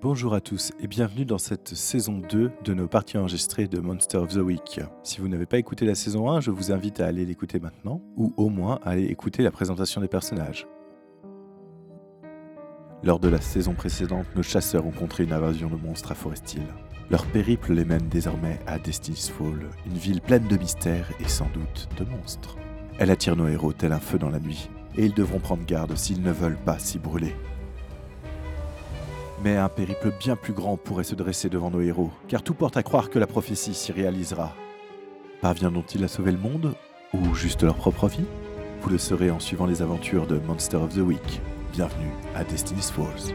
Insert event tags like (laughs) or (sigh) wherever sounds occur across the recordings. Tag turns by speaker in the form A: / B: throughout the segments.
A: Bonjour à tous et bienvenue dans cette saison 2 de nos parties enregistrées de Monster of the Week. Si vous n'avez pas écouté la saison 1, je vous invite à aller l'écouter maintenant, ou au moins à aller écouter la présentation des personnages. Lors de la saison précédente, nos chasseurs ont contré une invasion de monstres à Forest Hill. Leur périple les mène désormais à Destiny's Fall, une ville pleine de mystères et sans doute de monstres. Elle attire nos héros tel un feu dans la nuit, et ils devront prendre garde s'ils ne veulent pas s'y brûler. Mais un périple bien plus grand pourrait se dresser devant nos héros, car tout porte à croire que la prophétie s'y réalisera. Parviendront-ils à sauver le monde, ou juste leur propre vie Vous le saurez en suivant les aventures de Monster of the Week. Bienvenue à Destiny's Falls.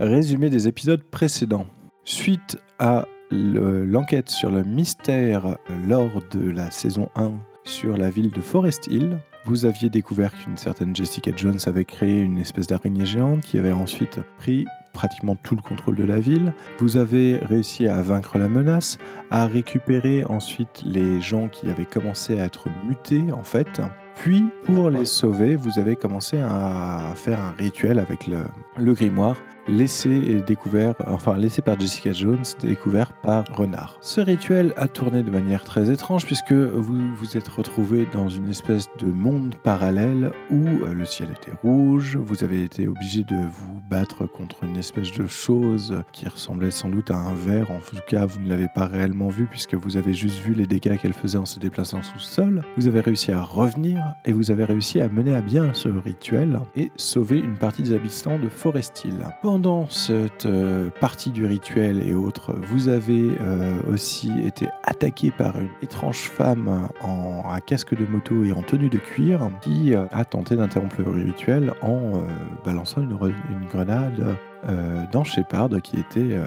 A: Résumé des épisodes précédents. Suite à le- l'enquête sur le mystère lors de la saison 1 sur la ville de Forest Hill, vous aviez découvert qu'une certaine Jessica Jones avait créé une espèce d'araignée géante qui avait ensuite pris pratiquement tout le contrôle de la ville. Vous avez réussi à vaincre la menace, à récupérer ensuite les gens qui avaient commencé à être mutés en fait. Puis, pour les sauver, vous avez commencé à faire un rituel avec le, le grimoire laissé et découvert, enfin laissé par Jessica Jones, découvert par Renard. Ce rituel a tourné de manière très étrange puisque vous vous êtes retrouvé dans une espèce de monde parallèle où euh, le ciel était rouge, vous avez été obligé de vous battre contre une espèce de chose qui ressemblait sans doute à un verre, en tout cas vous ne l'avez pas réellement vu puisque vous avez juste vu les dégâts qu'elle faisait en se déplaçant sous le sol, vous avez réussi à revenir et vous avez réussi à mener à bien ce rituel et sauver une partie des habitants de Forest Hill. Pendant cette euh, partie du rituel et autres, vous avez euh, aussi été attaqué par une étrange femme en, à casque de moto et en tenue de cuir qui euh, a tenté d'interrompre le rituel en euh, balançant une, re- une grenade euh, dans Shepard qui était euh,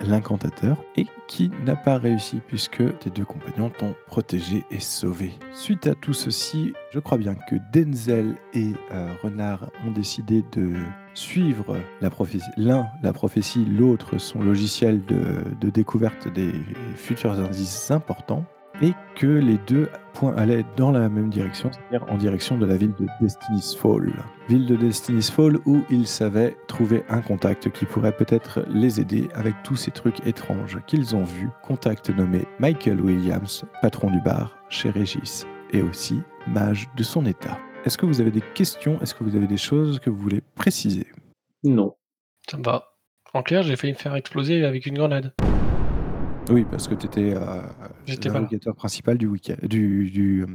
A: l'incantateur et qui n'a pas réussi puisque tes deux compagnons t'ont protégé et sauvé. Suite à tout ceci, je crois bien que Denzel et euh, Renard ont décidé de suivre la prophétie, l'un la prophétie, l'autre son logiciel de, de découverte des futurs indices importants et que les deux points allaient dans la même direction, c'est-à-dire en direction de la ville de Destiny's Fall. Ville de Destiny's Fall où ils savaient trouver un contact qui pourrait peut-être les aider avec tous ces trucs étranges qu'ils ont vus. Contact nommé Michael Williams, patron du bar chez Régis, et aussi mage de son état. Est-ce que vous avez des questions Est-ce que vous avez des choses que vous voulez préciser
B: Non.
C: Ça me va. En clair, j'ai failli me faire exploser avec une grenade.
A: Oui, parce que tu étais
C: J'étais pas là.
A: principal du, week du, du, euh,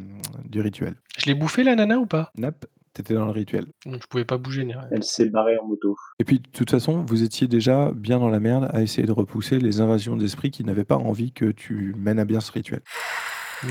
A: du rituel.
C: Je l'ai bouffé la nana ou pas
A: Nap, tu étais dans le rituel.
C: Donc je pouvais pas bouger ni rien.
B: Elle s'est barrée en moto.
A: Et puis, de toute façon, vous étiez déjà bien dans la merde à essayer de repousser les invasions d'esprit qui n'avaient pas envie que tu mènes à bien ce rituel.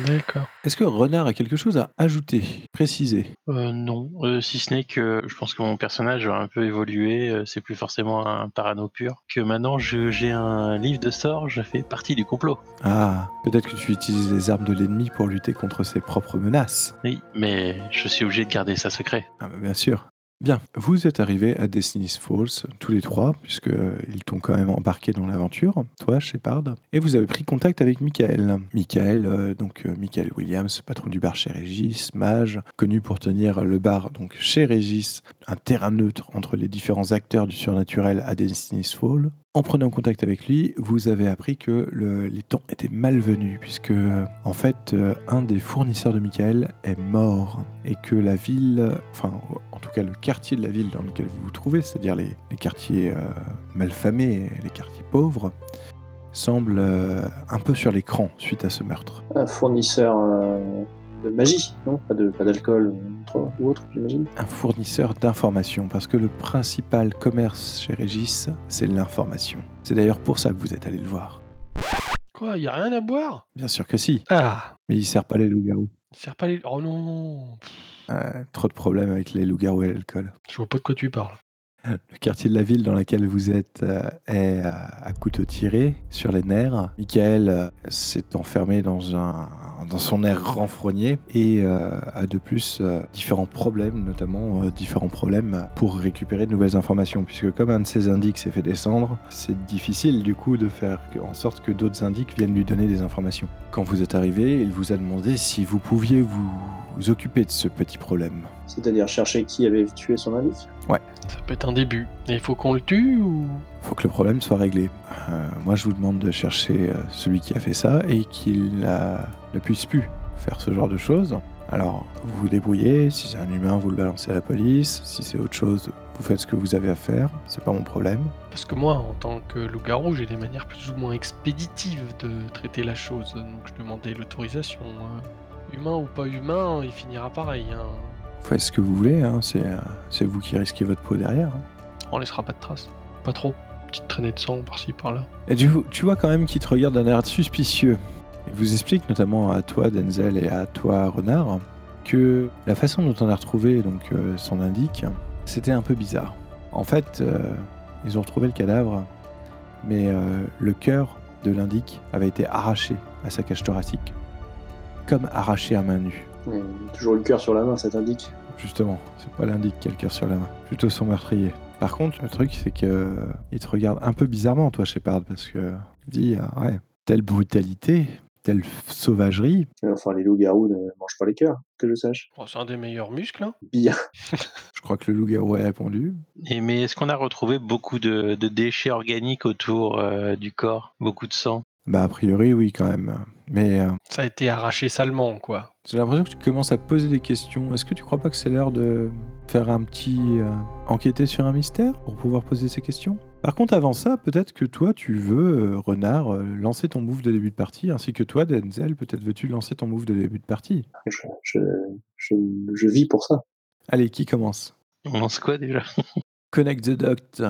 C: D'accord.
A: Est-ce que Renard a quelque chose à ajouter, préciser
D: Euh, non, euh, si ce n'est que je pense que mon personnage a un peu évolué, euh, c'est plus forcément un parano pur, que maintenant je- j'ai un livre de sorts, je fais partie du complot.
A: Ah, peut-être que tu utilises les armes de l'ennemi pour lutter contre ses propres menaces.
D: Oui, mais je suis obligé de garder ça secret.
A: Ah bah bien sûr. Bien, vous êtes arrivés à Destiny's Falls, tous les trois, puisque euh, ils t'ont quand même embarqué dans l'aventure, toi, Shepard, et vous avez pris contact avec Michael. Michael, euh, donc euh, Michael Williams, patron du bar chez Régis, mage, connu pour tenir le bar donc chez Régis, un terrain neutre entre les différents acteurs du surnaturel à Destiny's Falls. En prenant contact avec lui, vous avez appris que le- les temps étaient malvenus, puisque euh, en fait, euh, un des fournisseurs de Michael est mort, et que la ville, enfin en tout cas le quartier de la ville dans lequel vous vous trouvez, c'est-à-dire les, les quartiers euh, malfamés, les quartiers pauvres, semble euh, un peu sur les crans suite à ce meurtre.
B: Un fournisseur euh, de magie, non Pas de- pas d'alcool euh, trop- ou autre, j'imagine.
A: un fournisseur d'informations, parce que le principal commerce chez Régis, c'est l'information. C'est d'ailleurs pour ça que vous êtes allé le voir.
C: Quoi Y a rien à boire
A: Bien sûr que si,
C: Ah
A: mais il sert pas les loups-garous.
C: Faire pas les. Oh non
A: Euh, trop de problèmes avec les loups-garous et l'alcool.
C: Je vois pas de quoi tu parles.
A: Le quartier de la ville dans laquelle vous êtes euh, est euh, à couteau tiré sur les nerfs. Michael euh, s'est enfermé dans, un, dans son air renfrogné et euh, a de plus euh, différents problèmes, notamment euh, différents problèmes pour récupérer de nouvelles informations. Puisque comme un de ses indices s'est fait descendre, c'est difficile du coup de faire que- en sorte que d'autres indices viennent lui donner des informations. Quand vous êtes arrivé, il vous a demandé si vous pouviez vous, vous occuper de ce petit problème.
B: C'est-à-dire chercher qui avait tué son indice.
C: Ça peut être un début. Et il faut qu'on le tue ou.
A: faut que le problème soit réglé. Euh, moi, je vous demande de chercher euh, celui qui a fait ça et qu'il euh, ne puisse plus faire ce genre de choses. Alors, vous vous débrouillez. Si c'est un humain, vous le balancez à la police. Si c'est autre chose, vous faites ce que vous avez à faire. C'est pas mon problème.
C: Parce que moi, en tant que loup-garou, j'ai des manières plus ou moins expéditives de traiter la chose. Donc je demandais l'autorisation. euh, Humain ou pas humain, il finira pareil. hein.
A: Vous faites ce que vous voulez. hein, C'est euh, c'est vous qui risquez votre peau derrière. hein.
C: On laissera pas de traces. Pas trop. Petite traînée de sang par-ci par-là.
A: Et du coup, tu vois quand même qu'il te regarde d'un air suspicieux. Il vous explique notamment à toi, Denzel, et à toi, Renard, que la façon dont on a retrouvé donc, euh, son indique, c'était un peu bizarre. En fait, euh, ils ont retrouvé le cadavre, mais euh, le cœur de l'indique avait été arraché à sa cage thoracique, comme arraché à main nue.
B: Mais toujours le cœur sur la main, ça t'indique.
A: Justement, c'est pas l'indique qui a le cœur sur la main, plutôt son meurtrier. Par contre, le truc, c'est que euh, il te regarde un peu bizarrement, toi, Shepard, parce que il dit, ah ouais, telle brutalité, telle f- sauvagerie.
B: Mais Enfin, les loups-garous ne mangent pas les cœurs, que je sache.
C: Bon, Oh, c'est un des meilleurs muscles. hein.
B: Bien.
A: Je crois que le loup-garou a répondu.
D: Et mais est-ce qu'on a retrouvé beaucoup de, de déchets organiques autour euh, du corps Beaucoup de sang
A: Bah, a priori, oui, quand même. Mais euh,
C: Ça a été arraché salement, quoi.
A: j'ai l'impression que tu commences à poser des questions. Est-ce que tu crois pas que c'est l'heure de faire un petit euh, enquêter sur un mystère pour pouvoir poser ces questions Par contre, avant ça, peut-être que toi, tu veux, euh, Renard, euh, lancer ton move de début de partie, ainsi que toi, Denzel, peut-être veux-tu lancer ton move de début de partie
B: Je, je, je, je vis pour ça.
A: Allez, qui commence
D: On lance quoi déjà
A: Connect the Duct.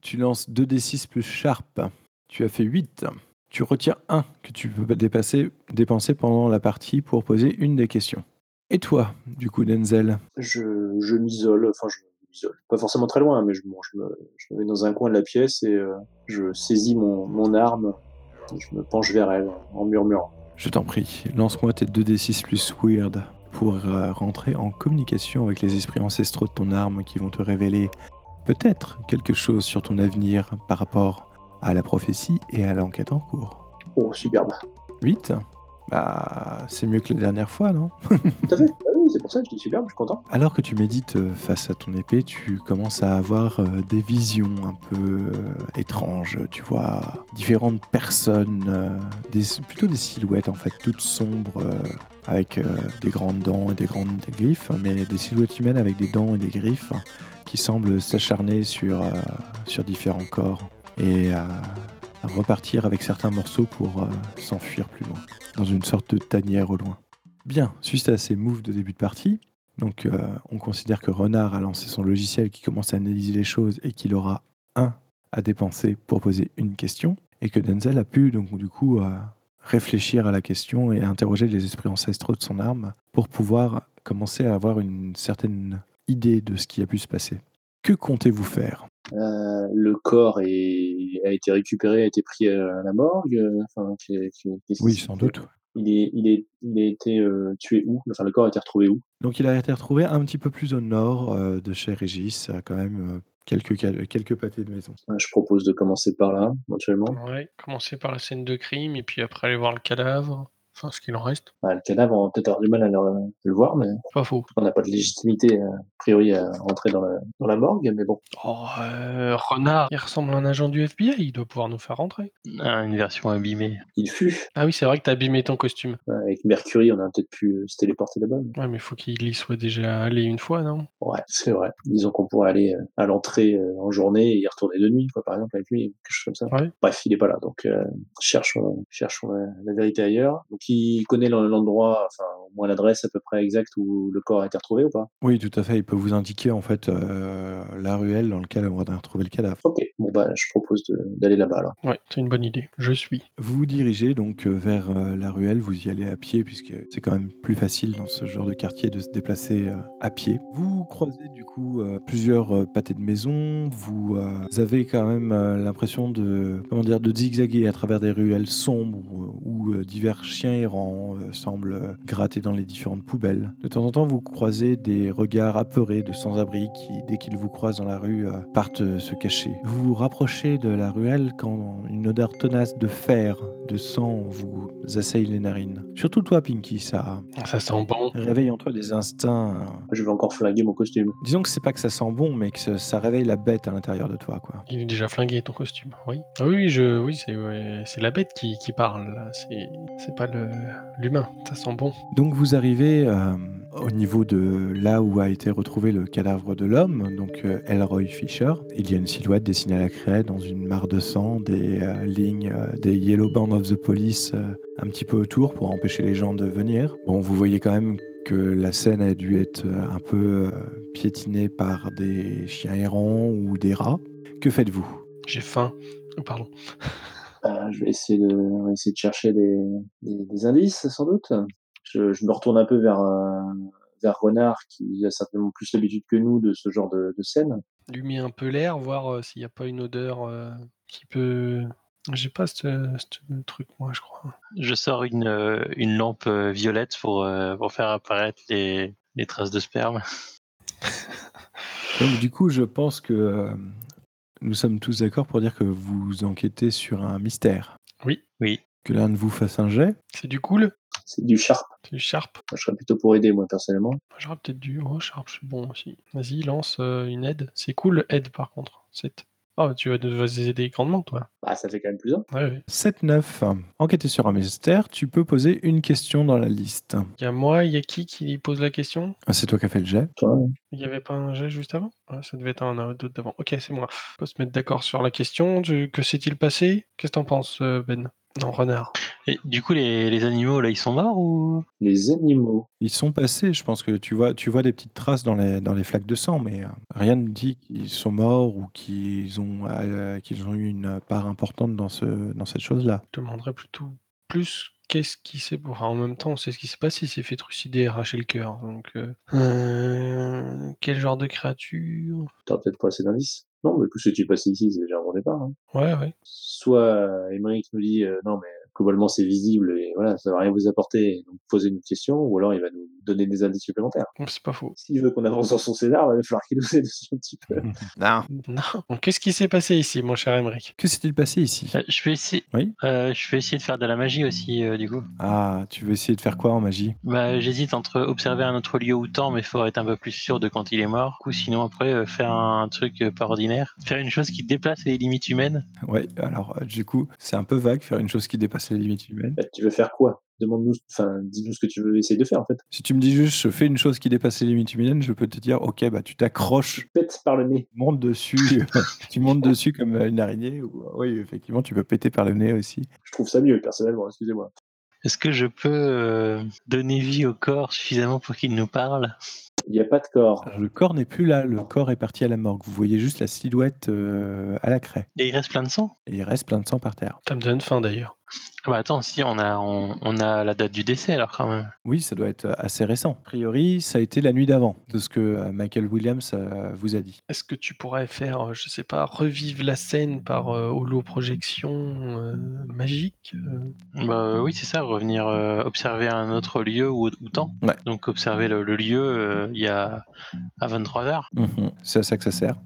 A: Tu lances 2d6 plus Sharp. Tu as fait 8. Tu retires 1 que tu peux pas dépasser, dépenser pendant la partie pour poser une des questions. Et toi, du coup, Denzel
B: Je, je m'isole, enfin, je m'isole. Pas forcément très loin, hein, mais je, bon, je, me, je me mets dans un coin de la pièce et euh, je saisis mon, mon arme. et Je me penche vers elle en murmurant.
A: Je t'en prie, lance-moi tes 2d6 plus Weird pour euh, rentrer en communication avec les esprits ancestraux de ton arme qui vont te révéler peut-être quelque chose sur ton avenir par rapport à la prophétie et à l'enquête en cours.
B: Oh, superbe.
A: 8 Bah, c'est mieux que la dernière fois, non
B: Tout à fait. Ah oui, c'est pour ça que je dis superbe, je suis content.
A: Alors que tu médites euh, face à ton épée, tu commences à avoir euh, des visions un peu euh, étranges. Tu vois différentes personnes, euh, des- plutôt des silhouettes en fait, toutes sombres, euh, avec euh, des grandes dents et des grandes griffes, mais des silhouettes humaines avec des dents et des griffes qui semblent s'acharner sur, euh, sur différents corps et euh, repartir avec certains morceaux pour euh, s'enfuir plus loin, dans une sorte de tanière au loin. Bien, suite à ces moves de début de partie, donc, euh, on considère que Renard a lancé son logiciel qui commence à analyser les choses et qu'il aura un à dépenser pour poser une question, et que Denzel a pu donc du coup euh, réfléchir à la question et interroger les esprits ancestraux de son arme pour pouvoir commencer à avoir une certaine idée de ce qui a pu se passer. Que comptez-vous faire
B: Euh, le corps est, a été récupéré, a été pris à la morgue. euh, Enfin, qu'est- qu'est- qu'est-ce qui- Il, est, il, est, il a été euh, tué où Enfin, le corps a été retrouvé où
A: Donc il a été retrouvé un petit peu plus au nord euh, de chez Régis, à quand même euh, quelques, cal- quelques pâtés de maison.
B: Euh, Je propose de commencer par là, éventuellement.
C: Ouais, commencer par la scène de crime et puis après aller voir le cadavre. Enfin, ce qu'il en reste.
B: Ah, le cadavre, on va peut-être avoir du mal à le, à le voir, mais
C: Pas faux.
B: on n'a pas de légitimité, euh, a priori, à rentrer dans la, dans la morgue. Mais bon,
C: Oh, euh, renard, il ressemble à un agent du FBI, il doit pouvoir nous faire rentrer.
D: Ah, Une version abîmée.
B: il fut.
C: Ah oui, c'est vrai que t'as abîmé ton costume.
B: Euh, Avec Mercury, on a peut-être pu euh, se téléporter là-bas. mais-
C: Ouais, mais faut qu'il y soit déjà allé une fois, non
B: Ouais, c'est vrai. Disons qu'on pourrait aller euh, à l'entrée euh, en journée et y retourner de nuit, quoi, par exemple, avec lui, quelque chose comme ça.
C: Ouais.
B: Bref, il est pas là, donc euh, cherchons, cherchons la, la vérité ailleurs. Donc qui connaît l'endroit, enfin, au moins l'adresse à peu près exacte où le corps a été retrouvé ou pas
A: Oui, tout à fait. Il peut vous indiquer en fait euh, la ruelle dans laquelle on a retrouvé le cadavre.
B: Ok, bon bah, je propose de- d'aller là-bas alors.
C: Ouais, c'est une bonne idée. Je suis.
A: Vous vous dirigez donc euh, vers euh, la ruelle, vous y allez à pied puisque c'est quand même plus facile dans ce genre de quartier de se déplacer euh, à pied. Vous croisez du coup euh, plusieurs euh, pâtés de maison, vous euh, avez quand même euh, l'impression de comment dire de zigzaguer à travers des ruelles sombres euh, où euh, divers chiens errants euh, semblent euh, gratter dans les différentes poubelles. De temps en temps, vous croisez des regards apeurés de sans-abri qui, dès qu'ils vous croisent dans la rue, euh, partent euh, se cacher. Vous vous rapprochez de la ruelle quand une odeur tenace de fer, de sang vous assaille les narines. Surtout toi, Pinky, ça
C: Ça sent bon.
A: réveille en toi des instincts. euh,
B: Je vais encore flinguer mon costume.
A: Disons que c'est pas que ça sent bon, mais que ça, ça réveille la bête à l'intérieur de toi, quoi.
C: Il est déjà flingué ton costume, oui. Ah oui, oui, je, oui, c'est ouais, c'est la bête qui, qui parle. là. C'est, c'est pas le l'humain. Ça sent bon.
A: Donc vous arrivez euh, au niveau de là où a été retrouvé le cadavre de l'homme, donc euh, Elroy Fisher. Il y a une silhouette dessinée à la craie dans une mare de sang, des euh, lignes, euh, des Yellow Band of the Police euh, un petit peu autour pour empêcher les gens de venir. Bon, vous voyez quand même que la scène a dû être euh, un peu euh, piétinée par des chiens errants ou des rats. Que faites-vous
C: J'ai faim. Oh, pardon.
B: Euh, je vais essayer de, on va essayer de chercher des, des- des indices, sans doute. Je, je me retourne un peu vers, euh, vers Renard, qui a certainement plus l'habitude que nous de ce genre de, de scène.
C: Lumière un peu l'air, voir euh, s'il n'y a pas une odeur euh, qui peut. J'ai pas ce ce truc, moi, je crois.
D: Je sors une, euh, une lampe euh, violette pour, euh, pour faire apparaître les, les traces de sperme.
A: Donc du coup, je pense que euh, nous sommes tous d'accord pour dire que vous enquêtez sur un mystère.
D: Oui.
A: Que l'un de vous fasse un jet.
C: C'est du cool
B: C'est du sharp.
C: C'est du sharp
B: Je serais plutôt pour aider, moi, personnellement.
C: J'aurais peut-être dû. Oh, sharp, je suis bon aussi. Vas-y, lance euh, une aide. C'est cool, aide par contre. C'est. Ah, tu vas nous aider grandement, toi.
B: Bah, ça fait quand même plus un.
C: Ouais, ouais.
A: 7-9. Enquêter sur un mystère, tu peux poser une question dans la liste.
C: Il y a moi, il y a qui qui pose la question
A: Ah, C'est toi qui as fait le jet.
B: Toi, ouais.
C: Il n'y avait pas un jet juste avant Ouais, Ça devait être un euh, d'autre d'avant. Ok, c'est moi. On peut se mettre d'accord sur la question. du- Que s'est-il passé Qu'est-ce que t'en penses, euh, Ben Non, renard.
D: Et du coup, les, les animaux, là, ils sont morts ou
B: les animaux.
A: Ils sont passés, je pense que tu vois, tu vois des petites traces dans les, dans les flaques de sang, mais euh, rien ne dit qu'ils sont morts ou qu'ils ont, euh, qu'ils ont eu une part importante dans, ce, dans cette chose-là.
C: Je demanderais plutôt plus qu'est-ce qui s'est. Enfin, en même temps, on sait ce qui s'est passé. Il s'est fait trucider et arracher le cœur. Donc, euh, euh, quel genre de créature
B: T'as peut-être pas assez d'indices. Non, mais tout ce qui est passé ici, c'est déjà un bon départ. hein.
C: Ouais, ouais.
B: Soit euh, Emmerich nous dit euh, non, mais globalement c'est visible et voilà, ça va rien vous apporter, donc posez une question, ou alors il va nous donner des indices supplémentaires.
C: Donc, C'est pas faux. (laughs)
B: S'il veut qu'on avance dans son scénar, il va falloir qu'il nous aide aussi un petit peu. (laughs)
A: Non.
C: Non. Donc, Qu'est-ce qui s'est passé ici, mon cher Emmerich
A: Que s'est-il passé ici
D: Euh, Je vais essayer.
A: Oui.
D: Euh, je vais essayer de faire de la magie aussi, euh, du coup.
A: Ah, tu veux essayer de faire quoi en magie
D: Bah, j'hésite entre observer un autre lieu ou temps, mais faut être un peu plus sûr de quand il est mort. Ou sinon, après, euh, faire un truc euh, pas ordinaire. Faire une chose qui déplace les limites humaines.
A: Ouais, alors euh, du coup, c'est un peu vague, faire une chose qui dépasse les limites humaines.
B: Bah, tu veux faire quoi Demande-nous, enfin, dis-nous ce que tu veux essayer de faire en fait.
A: Si tu me dis juste, je fais une chose qui dépasse les limites humaines, je peux te dire, ok, bah tu t'accroches
B: Pète par le nez.
A: monte dessus, (laughs) tu montes dessus comme euh, une araignée. Ou... Oui, effectivement, tu peux péter par le nez aussi.
B: Je trouve ça mieux, personnellement, excusez-moi.
D: Est-ce que je peux euh, donner vie au corps suffisamment pour qu'il nous parle
B: Il n'y a pas de corps.
A: Alors, Le corps n'est plus là, le corps est parti à la morgue. Vous voyez juste la silhouette euh, à la craie.
D: Et il reste plein de sang
A: Et il reste plein de sang par terre.
C: Ça me donne faim d'ailleurs.
D: Ah bah attends, si, on a, on, on a la date du décès alors quand même.
A: Oui, ça doit être euh, assez récent. A priori, ça a été la nuit d'avant, de ce que euh, Michael Williams euh, vous a dit.
C: Est-ce que tu pourrais faire, euh, je sais pas, revivre la scène par euh, holoprojection euh, magique euh,
D: Bah euh, oui, c'est ça, revenir euh, observer un autre lieu ou, ou temps.
A: Ouais.
D: Donc observer le, le lieu euh, il y a à 23h.
A: C'est à ça que ça sert.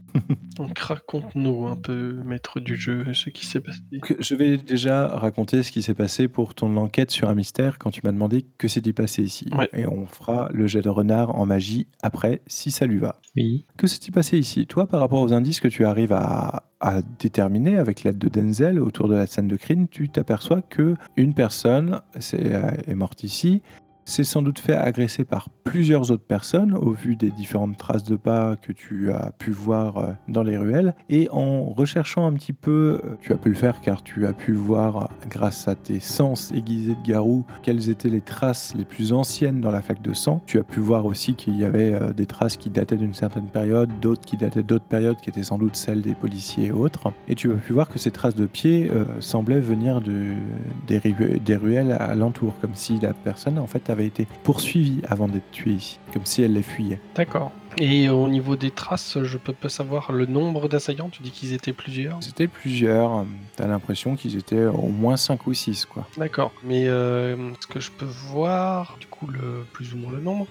C: Donc raconte-nous un peu, maître du jeu, ce qui s'est passé.
A: Donc, je vais déjà raconter ce qui s'est passé pour ton enquête sur un mystère quand tu m'as demandé que s'est-il passé ici.
C: Ouais.
A: Et on fera le jet de renard en magie après, si ça lui va.
D: Oui.
A: Que s'est-il passé ici Toi, par rapport aux indices que tu arrives à, à déterminer avec l'aide de Denzel autour de la scène de crime, tu t'aperçois que une personne c'est- euh, est, morte ici s'est sans doute fait agresser par plusieurs autres personnes au vu des différentes traces de pas que tu as pu voir euh, dans les ruelles. Et en recherchant un petit peu, euh, tu as pu le faire car tu as pu voir grâce à tes sens aiguisés de garou quelles étaient les traces les plus anciennes dans la flaque de sang. Tu as pu voir aussi qu'il y avait euh, des traces qui dataient d'une certaine période, d'autres qui dataient d'autres périodes qui étaient sans doute celles des policiers et autres. Et tu as pu voir que ces traces de pieds euh, semblaient venir de, des, ru- des ruelles alentour, comme si la personne en fait avait été poursuivie avant d'être tuée, comme si elle les fuyait.
C: D'accord. Et au niveau des traces, je peux pas savoir le nombre d'assaillants. Tu dis qu'ils étaient plusieurs.
A: C'était plusieurs. euh, T'as l'impression qu'ils étaient au moins 5 ou 6, quoi.
C: D'accord. Mais euh, ce que je peux voir, du coup, le, plus ou moins le nombre,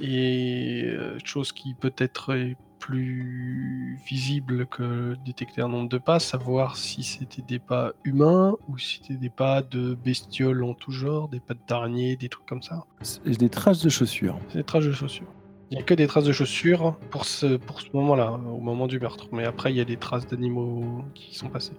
C: et euh, chose qui peut-être est plus visible que détecter un nombre de pas, savoir si c'était des pas humains ou si c'était des pas de bestioles en tout genre, des pas de d'araignées, des trucs comme ça.
A: C'est Des traces de chaussures.
C: C'est des traces de chaussures. Il n'y a que des traces de chaussures pour ce, pour ce moment-là, au moment du meurtre. Mais après, il y a des traces d'animaux qui sont passés.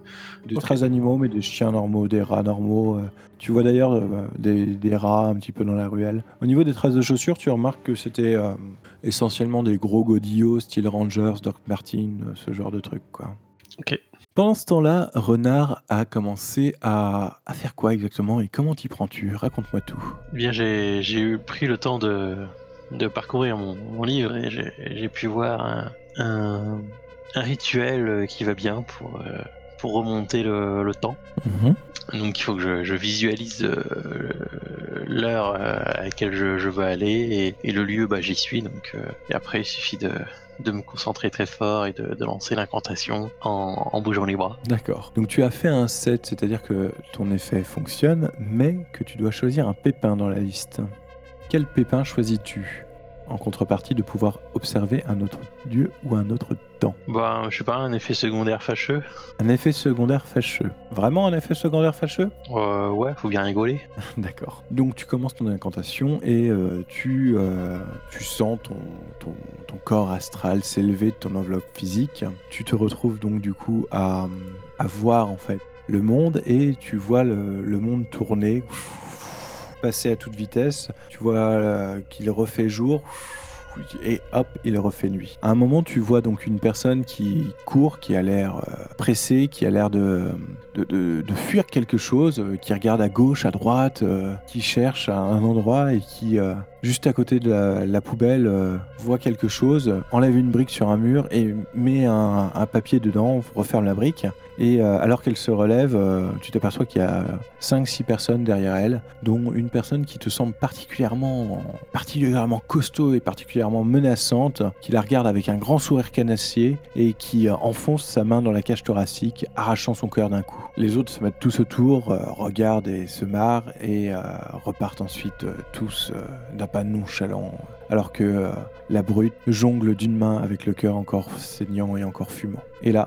A: Des
C: Ok.
A: traces d'animaux, mais des chiens normaux, des rats normaux. euh. Tu vois d'ailleurs euh, des, des rats un petit peu dans la ruelle. Au niveau des traces de chaussures, tu remarques que c'était euh, essentiellement des gros godillots, style Rangers, Doc Martin, euh, ce genre de truc, quoi.
C: Ok.
A: Pendant ce temps-là, Renard a commencé à, à faire quoi exactement et comment t'y prends-tu Raconte-moi tout.
D: Eh bien, j'ai j'ai eu pris le temps de, de parcourir mon, mon livre et j'ai j'ai pu voir un, un- un rituel euh, qui va bien pour, euh, pour remonter le, le temps. Donc il faut que je, je visualise euh, l'heure euh, à laquelle je, je veux aller et, et le lieu, bah, j'y suis. Donc, euh, et après, il suffit de, de me concentrer très fort et de, de lancer l'incantation en, en bougeant les bras.
A: D'accord. Donc tu as fait un set, c'est-à-dire que ton effet fonctionne, mais que tu dois choisir un pépin dans la liste. Quel pépin choisis-tu En contrepartie de pouvoir observer un autre lieu ou un autre temps.
D: Bah, je sais pas, un effet secondaire fâcheux
A: Un effet secondaire fâcheux. Vraiment un effet secondaire fâcheux
D: Euh, Ouais, faut bien rigoler.
A: (laughs) D'accord. Donc tu commences ton incantation et euh, tu, euh, tu sens ton, ton, ton corps astral s'élever de ton enveloppe physique. Tu te retrouves donc du coup à, à voir en fait le monde et tu vois le, le monde tourner, passer à toute vitesse. Tu vois euh, qu'il refait jour. Et hop, il refait nuit. À un moment, tu vois donc une personne qui court, qui a l'air euh, pressée, qui a l'air de, de, de- de fuir quelque chose, euh, qui regarde à gauche, à droite, euh, qui cherche à un endroit et qui, euh, juste à côté de la, la poubelle, euh, voit quelque chose, euh, enlève une brique sur un mur et met un, un papier dedans, referme la brique. Et euh, alors qu'elle se relève, euh, tu t'aperçois qu'il y a 5-6 personnes derrière elle, dont une personne qui te semble particulièrement, particulièrement costaud et particulièrement menaçante, qui la regarde avec un grand sourire canassier et qui euh, enfonce sa main dans la cage thoracique, arrachant son cœur d'un coup. Les autres se mettent tous autour, euh, regardent et se marrent et euh, repartent ensuite euh, tous euh, d'un pas nonchalant, alors que euh, la brute jongle d'une main avec le cœur encore saignant et encore fumant. Et là,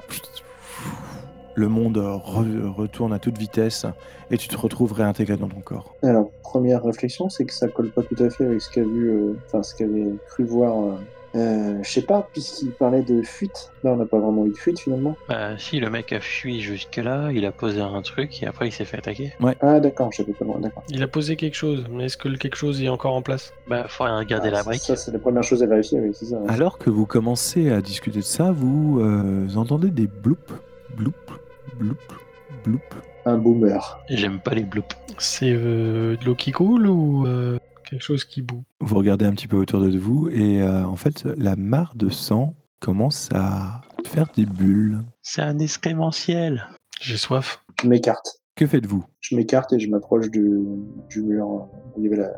A: le monde euh, re- retourne à toute vitesse et tu te retrouves réintégré dans ton corps.
B: Alors, première réflexion, c'est que ça colle pas tout à fait avec ce qu'a vu, euh, enfin, ce qu'avait cru voir. euh, euh, je sais pas, puisqu'il parlait de fuite. Là, on n'a pas vraiment eu de fuite finalement.
D: Bah, si le mec a fui jusque-là, il a posé un truc et après il s'est fait attaquer.
B: Ah, d'accord, j'avais pas loin, d'accord.
C: Il a posé quelque chose, mais est-ce que le quelque chose est encore en place
D: Bah, faut regarder
B: Ah,
D: la
B: ça-
D: brique.
B: Ça, c'est la première chose à vérifier, oui, c'est ça.
A: Alors que vous commencez à discuter de ça, vous euh, entendez des bloups, bloups, bloups, bloups.
B: Un boomer.
D: J'aime pas les bloops.
C: C'est euh, de l'eau qui coule ou euh, quelque chose qui boue
A: Vous regardez un petit peu autour de vous et euh, en fait la mare de sang commence à faire des bulles.
D: C'est un excrémentiel.
C: J'ai soif.
B: Je m'écarte.
A: Que faites-vous
B: Je m'écarte et je m'approche du, du mur euh, où il y avait la,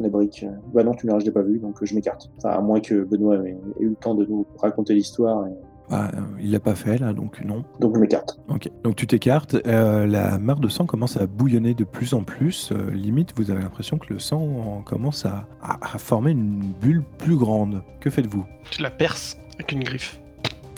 B: la brique. Bah non, tu me l'as, je l'ai pas vu, donc euh, je m'écarte. Enfin, à moins que Benoît ait, ait eu le temps de nous raconter l'histoire. et-
A: Bah, euh, Il l'a pas fait là, donc non.
B: Donc je m'écarte.
A: Ok. Donc tu t'écartes. euh, la mare de sang commence à bouillonner de plus en plus. euh, limite, vous avez l'impression que le sang en- commence à- à- à former une bulle plus grande. Que faites-vous
C: Je la perce avec une griffe.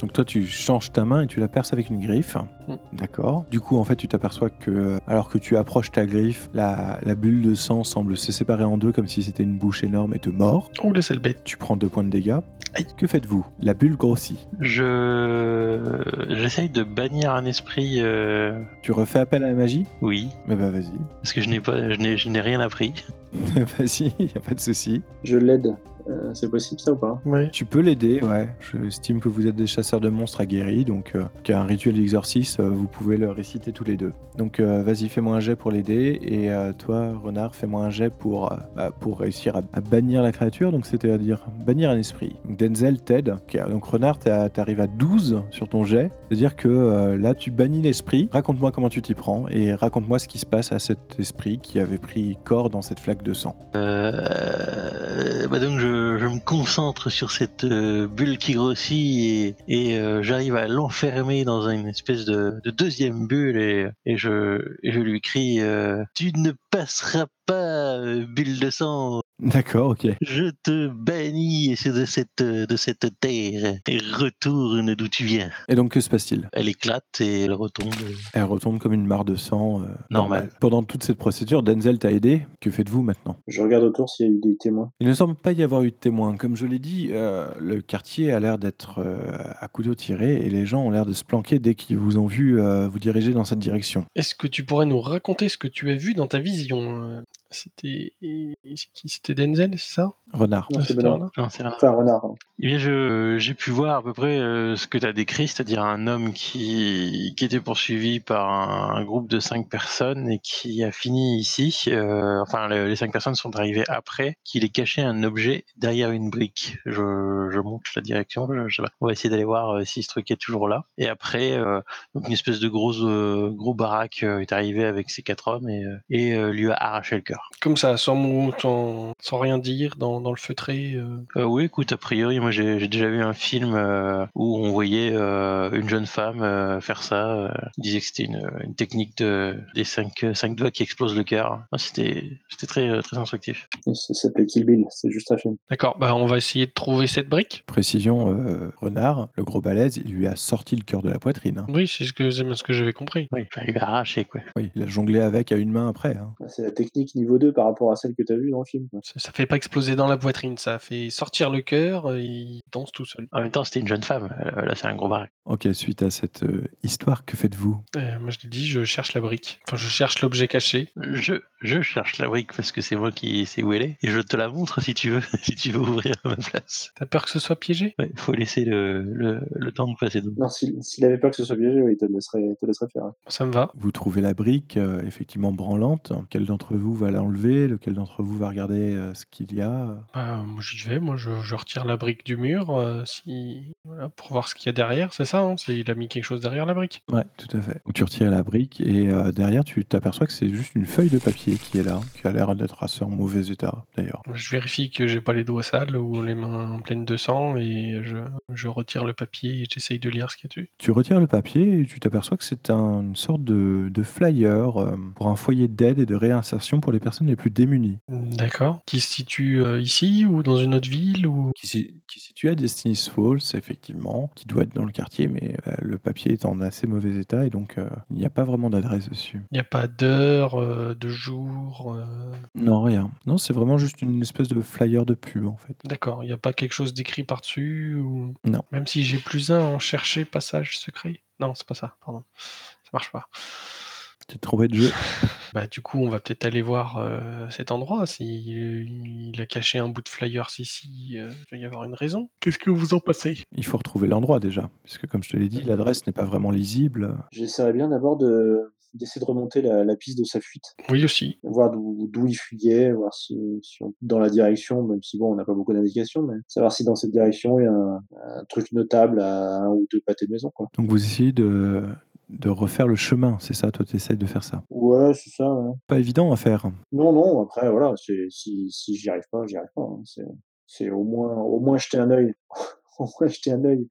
A: Donc toi, tu changes ta main et tu la perces avec une griffe.
C: Mm.
A: D'accord. Du coup, en fait, tu t'aperçois que, euh, alors que tu approches ta griffe, la, la bulle de sang semble se séparer en deux comme si c'était une bouche énorme et te mord.
C: Oh, la sale bête.
A: Tu prends deux points de dégâts.
C: Aïe.
A: Que faites-vous La bulle grossit.
D: Je. J'essaye de bannir un esprit. euh,
A: Tu refais appel à la magie
D: Oui,
A: Bah bah vas-y. (laughs)
D: parce que je n'ai pas, je n'ai, je n'ai rien appris.
A: vas-y, y a pas de souci.
B: Je l'aide. Euh, c'est possible ça ou pas
C: Ouais.
A: Tu peux l'aider, ouais. J'estime que vous êtes des chasseurs de monstres aguerris, donc euh, qu'il y a un rituel d'exorcisme, euh, vous pouvez le réciter tous les deux. Donc euh, vas-y, fais-moi un jet pour l'aider, et euh, toi, renard, fais-moi un jet pour, euh, bah, pour réussir à, à bannir la créature, donc c'est-à-dire bannir un esprit. Donc, Denzel t'aide. Ok, Donc renard, t'as- t'arrives à 12 sur ton jet, c'est-à-dire que euh, là, tu bannis l'esprit. Raconte-moi comment tu t'y prends, et raconte-moi ce qui se passe à cet esprit qui avait pris corps dans cette flaque de sang.
D: Euh, bah donc je, je me concentre sur cette euh, bulle qui grossit et, et, euh, j'arrive à l'enfermer dans une espèce de, de deuxième bulle et, et je, et je lui crie euh, Tu ne passeras pas, euh, bulle de sang,
A: D'accord, ok.
D: je te bannis de cette, euh, de cette terre et retourne d'où tu viens.
A: Et donc, que se passe-t-il
D: Elle éclate et elle retombe.
A: Elle retombe comme une mare de sang. euh, normale.
D: Normal.
A: Pendant toute cette procédure, Denzel t'a aidé. Que faites-vous maintenant
B: Je regarde autour s'il y a eu des témoins.
A: Il ne semble pas y avoir eu de témoins. Comme je l'ai dit, euh, le quartier a l'air d'être euh, à couteau tiré et les gens ont l'air de se planquer dès qu'ils vous ont vu euh, vous diriger dans cette direction.
C: Est-ce que tu pourrais nous raconter ce que tu as vu dans ta vision euh, C'était c'est qui C'était Denzel, c'est ça Euh,
A: Renard.
B: Non, c'est
C: C'était
B: Benoît.
C: Arnaud
D: Non, c'est rien.
B: Enfin, renard. hein.
D: Eh bien, je- j'ai pu voir à peu près euh, ce que tu as décrit, c'est-à-dire un homme qui, qui était poursuivi par un, un groupe de cinq personnes et qui a fini ici. Euh, enfin, le- les cinq personnes sont arrivées après qu'il ait caché un objet derrière une brique. Je, je montre la direction, je, je sais pas. On va essayer d'aller voir euh, si ce truc est toujours là. Et après, euh, donc une espèce de gros, euh, gros baraque euh, est arrivé avec ses quatre hommes et, euh, et euh, lui a arraché le cœur.
C: Comme ça, sans mot, sans, sans rien dire, dans, dans le feutré. euh.
D: Euh, oui, écoute, a priori, moi j'ai j'ai déjà vu un film euh, où on voyait euh, une jeune femme euh, faire ça. euh, il disait que c'était une, une technique de, des cinq, euh, cinq doigts qui explosent le cœur. Ah, C'était c'était très, euh, très instructif.
B: Et Ça s'appelle Kill Bill, c'est juste un film.
C: D'accord, bah, on va essayer de trouver cette brique.
A: Précision, euh, Renard, le gros balèze, il lui a sorti le cœur de la poitrine. hein.
C: Oui, c'est ce que, c'est bien ce que j'avais compris.
D: Oui, il lui a arraché quoi.
A: Oui, il a jonglé avec à une main après. hein.
B: C'est la technique niveau 2 par rapport à celle que tu as vue dans le film. quoi.
C: Ça, ça fait pas exploser dans la poitrine, ça fait sortir le cœur et il danse tout seul.
D: En même temps, c'était une jeune femme. Euh, Là, c'est un gros baraque.
A: Ok, suite à cette euh, histoire, que faites-vous
C: Euh, moi, je l'ai dit, je cherche la brique. Enfin, je cherche l'objet caché.
D: Je, je cherche la brique parce que c'est moi qui sais où elle est et je te la montre si tu veux, (laughs) si tu veux ouvrir à ma place.
C: T'as peur que ce soit piégé
D: Ouais, faut laisser le, le, le temps de passer dedans.
B: Non, s'il s'il avait peur que ce soit piégé, oui, il te le laisserait, il te le laisserait faire. hein.
C: Ça me va.
A: Vous trouvez la brique euh, effectivement branlante. Quel d'entre vous va l'enlever Lequel d'entre vous va regarder euh, ce qu'il y a
C: Bah, moi, j'y vais, moi, je, je retire la brique du mur euh, si... voilà, pour voir ce qu'il y a derrière, c'est ça, hein, c'est- il a mis quelque chose derrière la brique.
A: Ouais, tout à fait. Donc, tu retires la brique et euh, derrière, tu t'aperçois que c'est juste une feuille de papier qui est là, qui a l'air d'être assez en mauvais état d'ailleurs.
C: Je vérifie que j'ai pas les doigts sales ou les mains pleines de sang et je, je retire le papier et j'essaye de lire ce qu'il y a dessus.
A: Tu retires le papier et tu t'aperçois que c'est un- une sorte de, de flyer euh, pour un foyer d'aide et de réinsertion pour les personnes les plus démunies,
C: D'accord. Qui se situe euh, ici ou dans une autre ville ou...
A: qui, si- qui est situé à Destiny's Falls, effectivement, qui doit être dans le quartier, mais euh, le papier est en assez mauvais état et donc euh, il n'y a pas vraiment d'adresse dessus.
C: Il n'y a pas d'heure, euh, de jour. euh,
A: Non, rien. Non, c'est vraiment juste une espèce de flyer de pub en fait.
C: D'accord, il n'y a pas quelque chose d'écrit par-dessus ou...
A: Non.
C: Même si j'ai plus un en chercher passage secret. Non, c'est pas ça, pardon. Ça marche pas.
A: Tu t'es trompé de jeu.
C: Bah, du coup, on va peut-être aller voir euh, cet endroit. S'il il a caché un bout de flyers ici, euh, il va y avoir une raison. Qu'est-ce que vous en passez
A: Il faut retrouver l'endroit déjà, puisque comme je te l'ai dit, l'adresse n'est pas vraiment lisible.
B: J'essaierais bien d'abord de- d'essayer de remonter la, la piste de sa fuite,
C: Oui, aussi.
B: voir d'où d'où il fuyait, voir si, si on- dans la direction, même si bon, on n'a pas beaucoup d'indications, mais savoir si dans cette direction il y a un, un truc notable à un ou deux pâtés de maison. Quoi.
A: Donc vous essayez de, de refaire le chemin, c'est ça Toi, tu essayes de faire ça.
B: Ouais, c'est ça. ouais.
A: Pas évident à faire.
B: Non, non, après, voilà, c'est- si, si j'y arrive pas, j'y arrive pas. hein. C'est, c'est au moins, au moins jeter un œil, (laughs) au moins jeter un œil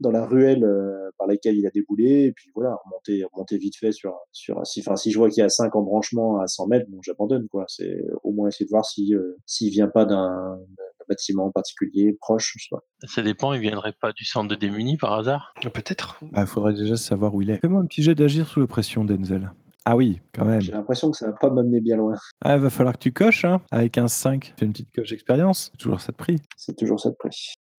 B: dans la ruelle euh, par laquelle il a déboulé, et puis voilà, remonter, remonter vite fait sur, sur, si, enfin, si je vois qu'il y a cinq embranchements à 100 mètres, bon, j'abandonne, quoi. C'est au moins essayer de voir si, euh, s'il vient pas d'un, d'un bâtiment en particulier, proche, je sais pas.
D: Ça dépend, il viendrait pas du centre de démunis par hasard
C: Peut-être.
A: Il Bah, faudrait déjà savoir où il est. Fais-moi un petit jet d'agir sous la pression, Denzel. Ah oui, quand même.
B: J'ai l'impression que ça va pas m'amener bien loin.
A: Ah, va falloir que tu coches, hein, avec un 5. Fais une petite coche expérience. Toujours ça de prix.
B: C'est toujours ça de près.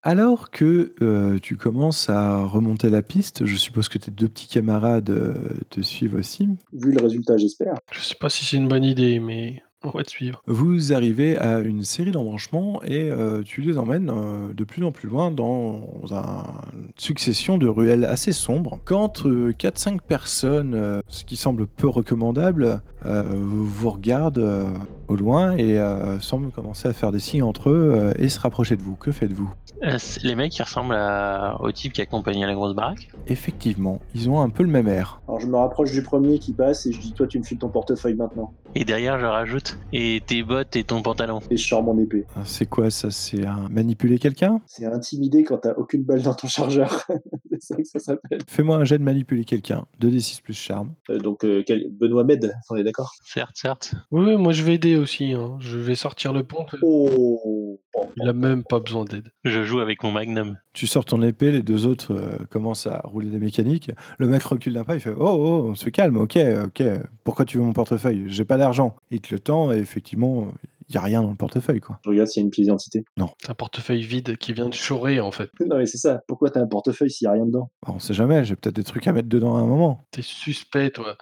A: Alors que euh, tu commences à remonter la piste, je suppose que tes deux petits camarades euh, te suivent aussi.
B: Vu le résultat, j'espère.
C: Je sais pas si c'est une bonne idée, mais on va te suivre.
A: Vous arrivez à une série d'embranchements et euh, tu les emmènes euh, de plus en plus loin dans un- une succession de ruelles assez sombres. Quand euh, 4-5 personnes, euh, ce qui semble peu recommandable, euh, vous regardent euh, au loin et euh, semblent commencer à faire des signes entre eux euh, et se rapprocher de vous. Que faites-vous
D: Euh, c'est- Les mecs, ils ressemblent à- au type qui accompagnait la grosse baraque.
A: Effectivement, ils ont un peu le même air.
B: Alors je me rapproche du premier qui passe et je dis toi tu me files ton portefeuille maintenant.
D: Et derrière, je rajoute et tes bottes et ton pantalon.
B: Et je sors mon épée.
A: Ah, C'est quoi ça C'est un manipuler quelqu'un
B: C'est intimider quand t'as aucune balle dans ton chargeur. (laughs) c'est ça que ça s'appelle.
A: Fais-moi un jet de manipuler quelqu'un. 2d6 plus charme.
B: Euh, donc euh, quel- Benoît Med, on est d'accord
D: Certes, certes.
C: Oui, oui, moi je vais aider aussi. hein. Je vais sortir le pont.
B: Oh Bon,
C: Il a même pas besoin d'aide.
D: Je joue avec mon magnum.
A: Tu sors ton épée, les deux autres euh, commencent à rouler des mécaniques. Le mec recule d'un pas, il fait Oh, oh, on se calme, ok, ok, pourquoi tu veux mon portefeuille J'ai pas d'argent. Il te le tend, et effectivement, il y a rien dans le portefeuille, quoi.
B: Je regarde s'il y a une pièce d'identité.
C: C'est un portefeuille vide qui vient de chorer en fait.
B: (laughs) Non mais c'est ça. Pourquoi t'as un portefeuille s'il y a rien dedans
A: Bah, on sait jamais, j'ai peut-être des trucs à mettre dedans à un moment.
C: T'es suspect, toi.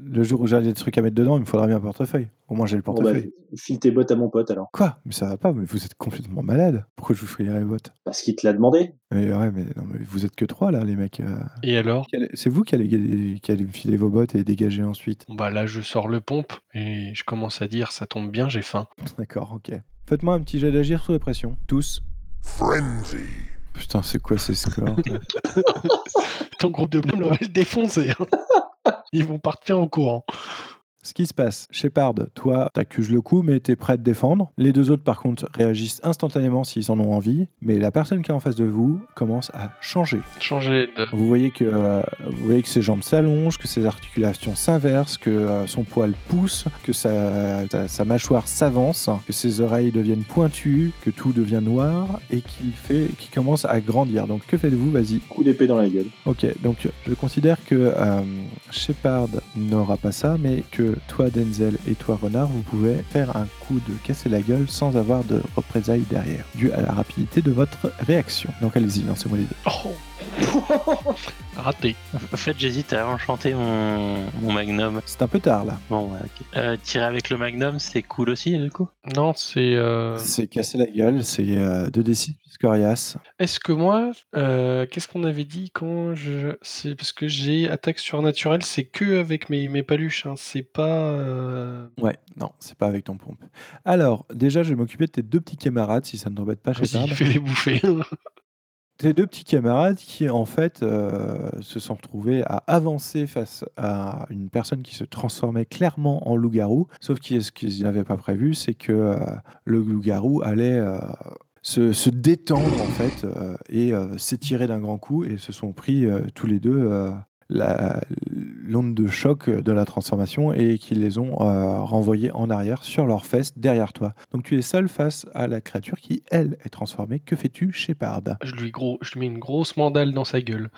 A: Le jour où j'ai des trucs à mettre dedans, il me faudra bien un portefeuille. Au moins, j'ai le
B: Bon, bah,
A: portefeuille.
B: File tes bottes à mon pote alors.
A: Quoi Mais ça va pas, mais vous êtes complètement malade. Pourquoi je vous fouillerais les bottes
B: Parce qu'il te l'a demandé.
A: Mais ouais, mais, non, mais vous êtes que trois, là, les mecs. euh.
C: Et alors
A: Qui allez- C'est vous qui allez, qui allez me filer vos bottes et dégager ensuite.
C: Bah là, je sors le pompe et je commence à dire ça tombe bien, j'ai faim.
A: (laughs) D'accord, ok. Faites-moi un petit jet d'agir sous la pression. Tous.
E: Frenzy.
A: Putain, c'est quoi ces scores
C: (laughs) Ton groupe de blâme va le défoncer. (laughs) hein. Ils vont partir en courant.
A: Ce qui se passe, Shepard, toi, t'accuses le coup, mais t'es prêt à te défendre. Les deux autres, par contre, réagissent instantanément s'ils en ont envie, mais la personne qui est en face de vous commence à changer.
C: Changer de.
A: Vous voyez que, euh, vous voyez que ses jambes s'allongent, que ses articulations s'inversent, que euh, son poil pousse, que sa, sa- sa mâchoire s'avance, que ses oreilles deviennent pointues, que tout devient noir et qu'il fait, qu'il commence à grandir. Donc que faites-vous Vas-y,
B: Coup d'épée dans la gueule.
A: Ok, donc je considère que euh, Shepard n'aura pas ça, mais que toi, Denzel, et toi, Renard, vous pouvez faire un coup de casser la gueule sans avoir de représailles derrière, dû à la rapidité de votre réaction. Donc allez-y, lancez-moi les deux.
C: Oh (laughs) Raté.
D: En fait, j'hésite à enchanter mon, mon magnum.
A: C'est un peu tard là.
D: Bon, ouais, ok. Euh, tirer avec le magnum, c'est cool aussi, du coup
C: Non, c'est. euh,
A: C'est casser la gueule, c'est euh, 2d6 plus coriace.
C: Est-ce que moi, euh, qu'est-ce qu'on avait dit quand je. C'est parce que j'ai attaque surnaturelle, c'est que avec mes, mes paluches, hein, c'est pas. euh,
A: Ouais, non, c'est pas avec ton pompe. Alors, déjà, je vais m'occuper de tes deux petits camarades, si ça ne t'embête pas, Shepard.
C: (laughs) Vas-y, fais les bouffer.
A: tes deux petits camarades qui en fait euh, se sont retrouvés à avancer face à une personne qui se transformait clairement en loup-garou, sauf que ce qu'ils n'avaient pas prévu, c'est que euh, le loup-garou allait euh, se, se détendre en fait euh, et euh, s'étirer d'un grand coup et se sont pris euh, tous les deux euh, la- l'onde de choc de la transformation et qui les ont euh, renvoyés en arrière sur leurs fesses derrière toi. Donc tu es seul face à la créature qui, elle, est transformée. Que fais-tu, Shepard
C: je, lui gros... je lui mets une grosse mandale dans sa gueule.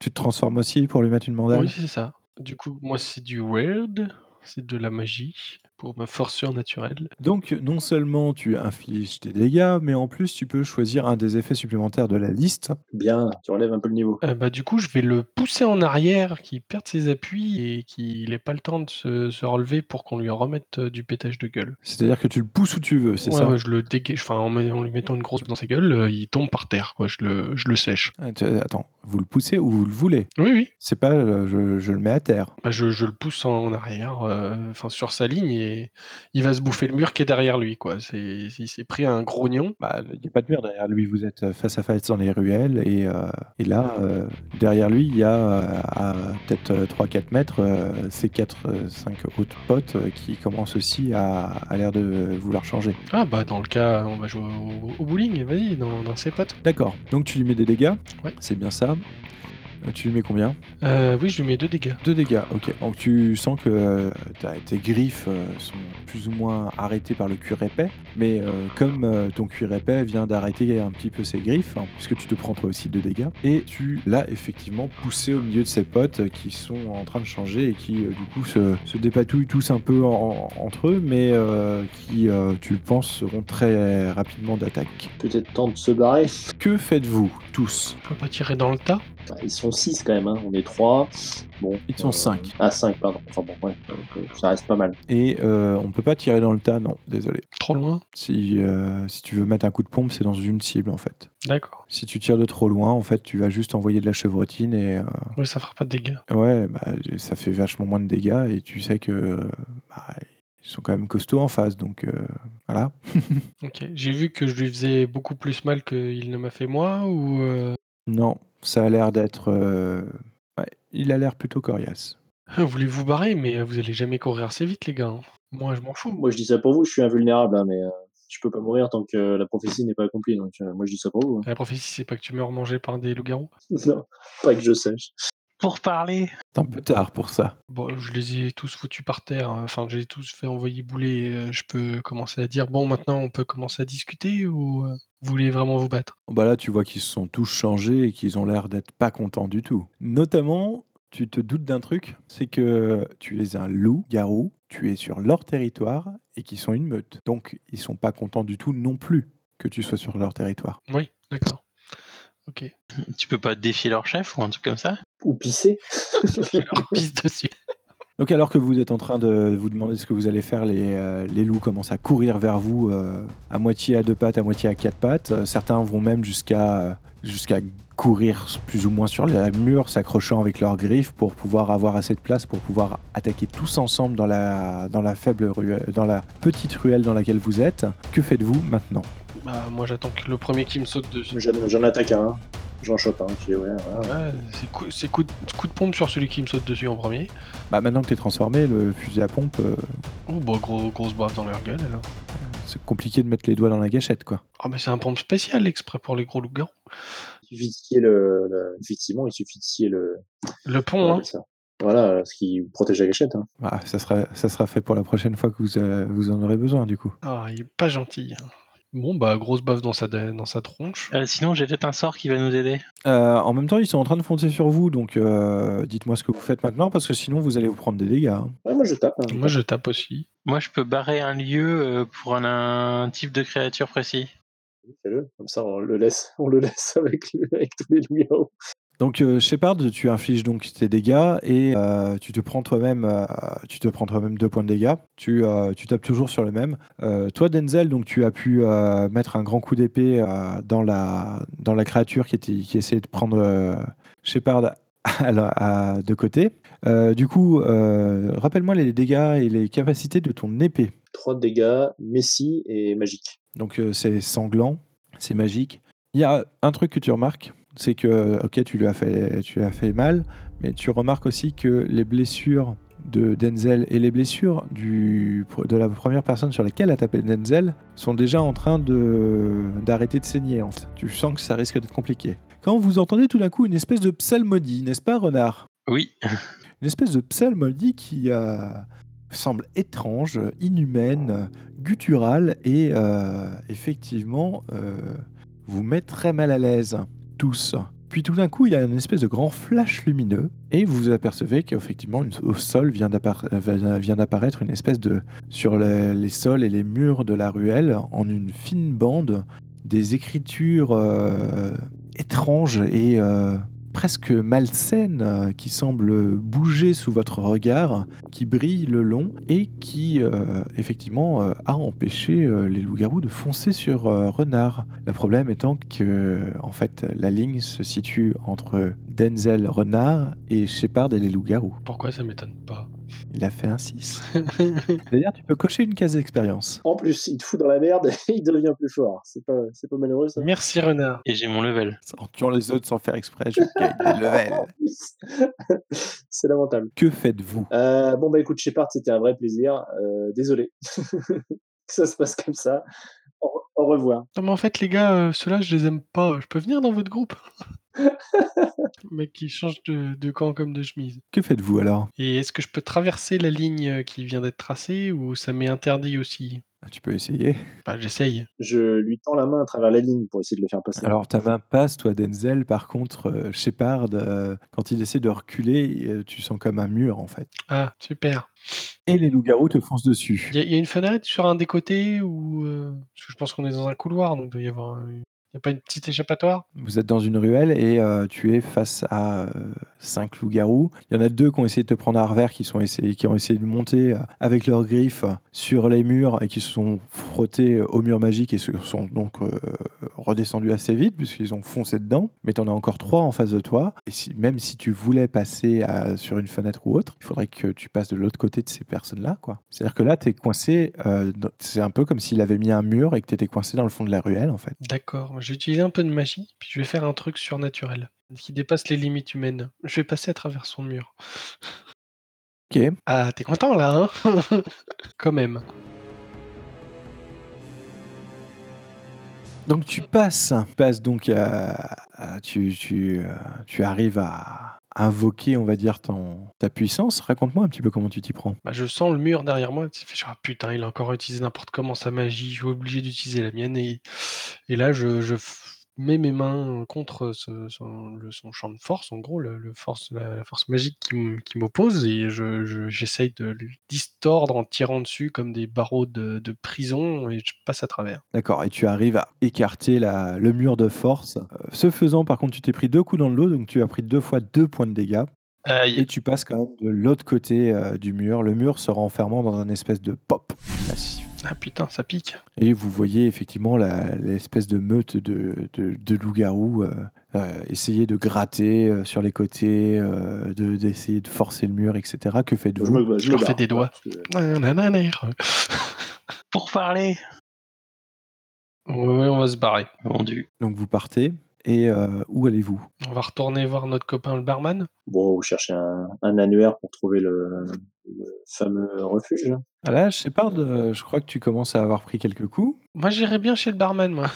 A: Tu te transformes aussi pour lui mettre une mandale
C: Oui, c'est ça. Du coup, moi, c'est du weird, c'est de la magie pour ma force surnaturelle.
A: Donc, non seulement tu infliges tes dégâts, mais en plus, tu peux choisir un des effets supplémentaires de la liste.
B: Bien, tu relèves un peu le niveau.
C: Euh, bah, du coup, je vais le pousser en arrière, qu'il perde ses appuis et qu'il n'ait pas le temps de se, se relever pour qu'on lui remette euh, du pétage de gueule.
A: C'est-à-dire que tu le pousses où tu veux, c'est
C: Ouais,
A: ça
C: ouais, je le dégage, enfin, en, me- en lui mettant une grosse dans sa gueule, euh, il tombe par terre, quoi. Je le, je le sèche.
A: Ah, tu- Attends, vous le poussez où vous le voulez.
C: Oui, oui.
A: C'est pas euh, je, je le mets à terre.
C: Bah, je, je le pousse en arrière, euh, enfin, sur sa ligne et il va se bouffer le mur qui est derrière lui, quoi. C'est, il s'est pris un grognon.
A: Bah, Il n'y a pas de mur derrière lui, vous êtes euh, face à face dans les ruelles, et, euh, et là, euh, derrière lui, il y a euh, à peut-être euh, 3-4 mètres euh, ces 4-5 autres potes euh, qui commencent aussi à, à l'air de vouloir changer.
C: Ah, bah, dans le cas, on va jouer au, au bowling, vas-y, dans, dans ses pattes.
A: D'accord. Donc tu lui mets des dégâts.
C: Ouais.
A: C'est bien ça. Tu lui mets combien
C: Euh, oui, je lui mets deux dégâts.
A: Deux dégâts, ok. Donc tu sens que euh, t'as- tes griffes euh, sont plus ou moins arrêtées par le cuir épais, mais euh, comme euh, ton cuir épais vient d'arrêter un petit peu ses griffes, hein, puisque tu te prends toi aussi deux dégâts, et tu l'as effectivement poussé au milieu de ses potes euh, qui sont en train de changer et qui euh, du coup se, se dépatouillent tous un peu en- en- entre eux, mais euh, qui, euh, tu le penses, seront très rapidement d'attaque.
B: Peut-être temps de se barrer.
A: Que faites-vous tous
C: Je peux pas tirer dans le tas.
B: Bah, Ils sont 6 quand même, hein. on est 3. Bon,
A: Ils sont cinq.
B: Ah, 5, pardon. Enfin bon, ouais, donc, euh, ça reste pas mal.
A: Et euh, on peut pas tirer dans le tas, non, désolé.
C: Trop loin.
A: Si, euh, si tu veux mettre un coup de pompe, c'est dans une cible en fait.
C: D'accord.
A: Si tu tires de trop loin, en fait, tu vas juste envoyer de la chevrotine et euh,
C: Oui, ça fera pas de dégâts.
A: ouais, bah, ça fait vachement moins de dégâts et tu sais que euh, bah, ils sont quand même costauds en face, donc euh, voilà.
C: Ok. J'ai vu que je lui faisais beaucoup plus mal qu'il ne m'a fait moi ou. euh, (laughs)
A: Non, ça a l'air d'être, euh, ouais, il a l'air plutôt coriace.
C: Vous voulez vous barrer, mais euh, vous allez jamais courir assez vite, les gars. hein. Moi, je m'en fous.
B: Moi, je dis ça pour vous, je suis invulnérable, hein, mais euh, je peux pas mourir tant que euh, la prophétie n'est pas accomplie. Donc, euh, moi, je dis ça pour vous. hein.
C: La prophétie, c'est pas que tu meurs mangé par des loups-garous.
B: (laughs) Non, pas que je sache.
D: Pour parler
A: C'est un peu tard pour ça.
C: Bon, je les ai tous foutus par terre. hein. Enfin, je les ai tous fait envoyer bouler. et, euh, je peux commencer à dire bon, maintenant, on peut commencer à discuter ou euh, vous voulez vraiment vous battre
A: Bah là, tu vois qu'ils se sont tous changés et qu'ils ont l'air d'être pas contents du tout. Notamment, tu te doutes d'un truc, c'est que tu es un loup-garou, tu es sur leur territoire et qu'ils sont une meute. Donc, ils sont pas contents du tout non plus que tu sois sur leur territoire.
C: Oui, d'accord. Ok.
D: Tu peux pas défier leur chef ou un truc comme ça
B: Ou pisser.
C: Je leur pisse dessus.
A: Donc, alors que vous êtes en train de vous demander ce que vous allez faire, les, euh, les loups commencent à courir vers vous euh, à moitié à deux pattes, à moitié à quatre pattes. Euh, certains vont même jusqu'à euh, jusqu'à courir plus ou moins sur la mur, s'accrochant avec leurs griffes pour pouvoir avoir assez de place pour pouvoir attaquer tous ensemble dans la, dans la faible ruelle, dans la petite ruelle dans laquelle vous êtes. Que faites-vous maintenant
C: Bah, moi, j'attends que le premier qui me saute
B: (laughs)
C: dessus.
B: J'en j'en attaque un. hein. J'en chope un. puis ouais, voilà.
C: Ouais, c'est coup, c'est coup de, coup de pompe sur celui qui me saute dessus en premier.
A: Bah maintenant que t'es transformé, le fusil à pompe, euh,
C: Ou bon, Oh, bah, gros, grosse baffe dans leur gueule alors.
A: c'est compliqué de mettre les doigts dans la gâchette, quoi.
C: Ah, mais c'est un pompe spécial exprès pour les gros loups-garous.
B: Il suffit de scier le, le- Effectivement, il suffit de scier le.
C: Le
B: comment
C: pont,
B: on
C: hein.
B: appelle ça Voilà, ce qui protège la gâchette. hein.
A: Bah, ça sera, ça sera fait pour la prochaine fois que vous, euh, vous en aurez besoin, du coup.
C: Ah, il est pas gentil. hein. Bon, bah, grosse baffe dans sa, dans sa tronche.
D: Euh, Sinon, j'ai peut-être un sort qui va nous aider.
A: Euh, en même temps, ils sont en train de foncer sur vous, donc euh, dites-moi ce que vous faites maintenant, parce que sinon vous allez vous prendre des dégâts. hein.
B: Ouais, moi, je tape. hein.
C: Moi, je tape aussi.
D: Moi, je peux barrer un lieu euh, pour un, un type de créature précis.
B: Fais-le. Comme ça, on le laisse, on le laisse (laughs) avec, le- avec tous les loups
A: Donc euh, Shepard, tu infliges donc tes dégâts et euh, tu te prends toi-même, euh, tu te prends toi-même deux points de dégâts. Tu, euh, tu tapes toujours sur le même. Euh, toi, Denzel, donc tu as pu euh, mettre un grand coup d'épée euh, dans la dans la créature qui était qui essayait de prendre euh, Shepard à la- à- de côté. Euh, du coup, euh, rappelle-moi les dégâts et les capacités de ton épée.
B: 3 dégâts, Messi et magique.
A: Donc euh, c'est sanglant, c'est magique. Il y a un truc que tu remarques, c'est que ok tu lui as fait, tu lui as fait mal, mais tu remarques aussi que les blessures de Denzel et les blessures du, de la première personne sur laquelle a tapé Denzel sont déjà en train de d'arrêter de saigner. en fait. Tu sens que ça risque d'être compliqué. Quand vous entendez tout d'un coup une espèce de psalmodie, n'est-ce pas, renard
D: Oui.
A: une espèce de psalmodie qui euh, semble étrange, inhumaine, gutturale et euh, effectivement euh, vous met très mal à l'aise tous. Puis tout d'un coup, il y a une espèce de grand flash lumineux et vous apercevez qu'effectivement une- au sol vient d'appara- euh, vient d'apparaître une espèce de sur le- les sols et les murs de la ruelle en une fine bande des écritures euh, étranges et euh, presque malsaine euh, qui semble bouger sous votre regard, qui brille le long et qui euh, effectivement euh, a empêché euh, les loups-garous de foncer sur euh, Renard. Le problème étant que en fait la ligne se situe entre Denzel Renard et Shepard et les loups-garous.
C: Pourquoi ça m'étonne pas
A: Il a fait un 6. D'ailleurs, tu peux cocher une case d'expérience.
B: En plus, il te fout dans la merde (laughs) et il devient plus fort. C'est pas, c'est pas malheureux ça.
C: Merci, renard.
D: Et j'ai mon level.
A: En tuant les autres sans faire exprès, je gagne des levels.
B: (laughs) c'est lamentable.
A: Que faites-vous
B: Euh, bon, bah écoute, (laughs) Shepard, c'était un vrai plaisir. Euh, désolé que ça se passe comme ça. En, en revoir.
C: Non, mais en fait, les gars, euh, ceux-là, je les aime pas. Je peux venir dans votre (laughs) groupe Le mec qui change de, de camp comme de chemise.
A: Que faites-vous alors
C: Et est-ce que je peux traverser la ligne euh, qui vient d'être tracée ou ça m'est interdit aussi
A: Ah, Tu peux essayer.
C: Bah, j'essaye.
B: Je lui tends la main à travers la ligne pour essayer de le faire passer.
A: Alors ta main passe, toi Denzel, par contre, euh, Shepard, euh, quand il essaie de reculer, euh, tu sens comme un mur en fait.
C: Ah, super.
A: Et les loups-garous te foncent dessus.
C: Il y, a une fenêtre sur un des côtés ou. euh, parce que je pense qu'on est dans un couloir, donc il doit y avoir. un- Il n'y a pas une petite échappatoire
A: Vous êtes dans une ruelle et euh, tu es face à euh, cinq loups-garous. Il y en a deux qui ont essayé de te prendre à revers, qui, sont essayé- qui ont essayé de monter euh, avec leurs griffes sur les murs et qui se sont frottés euh, au mur magique et se sont donc euh, redescendus assez vite puisqu'ils ont foncé dedans. Mais tu en as encore trois en face de toi. Et si- même si tu voulais passer à- sur une fenêtre ou autre, il faudrait que tu passes de l'autre côté de ces personnes-là. quoi. C'est-à-dire que là, tu es coincé. euh, dans- C'est un peu comme s'il avait mis un mur et que tu étais coincé dans le fond de la ruelle en fait.
C: D'accord, moi, j'ai utilisé un peu de magie, puis je vais faire un truc surnaturel qui dépasse les limites humaines. Je vais passer à travers son mur.
A: Ok.
C: Ah, t'es content là, hein (laughs) Quand même.
A: Donc tu passes, tu passes donc, euh, à- tu, tu, euh, tu arrives à invoquer, on va dire, ton, ta puissance. Raconte-moi un petit peu comment tu t'y prends.
C: Bah, je sens le mur derrière moi. tu sais, je fais, ah putain, il a encore utilisé n'importe comment sa magie. Je suis obligé d'utiliser la mienne. Et, et là, je, je f- mets mes mains contre ce- son, le- son champ de force, en gros, le, le force, la, la force magique qui, m- qui m'oppose. Et je- je- j'essaye de le distordre en tirant dessus comme des barreaux de, de prison. Et je passe à travers.
A: D'accord, et tu arrives à écarter la, le mur de force. Euh, Ce faisant, par contre, tu t'es pris deux coups dans le dos, donc tu as pris deux fois deux points de dégâts. Et
C: Aïe.
A: tu passes quand même de l'autre côté euh, du mur, le mur se renfermant dans un espèce de pop massif.
C: Ah putain, ça pique.
A: Et vous voyez effectivement la- l'espèce de meute de, de, de loups-garous euh, euh, essayer de gratter euh, sur les côtés, euh, de- d'essayer de, forcer le mur, etc. Que
B: Je
A: faites-vous
B: me,
C: Je
B: me
C: leur fais
B: barre,
C: des doigts.
B: parce que-
C: Nanananère. (laughs)
D: Pour parler
C: Ouais, ouais, on va se barrer.
D: Vendu.
A: Donc vous partez. Et euh, où allez-vous
C: On va retourner voir notre copain le barman.
B: Bon, vous cherchez un, un annuaire pour trouver le, le fameux refuge. là.
A: Ah Là, je sais pas, de- je crois que tu commences à avoir pris quelques (laughs) coups.
C: Moi, j'irais bien chez le barman, (laughs) moi.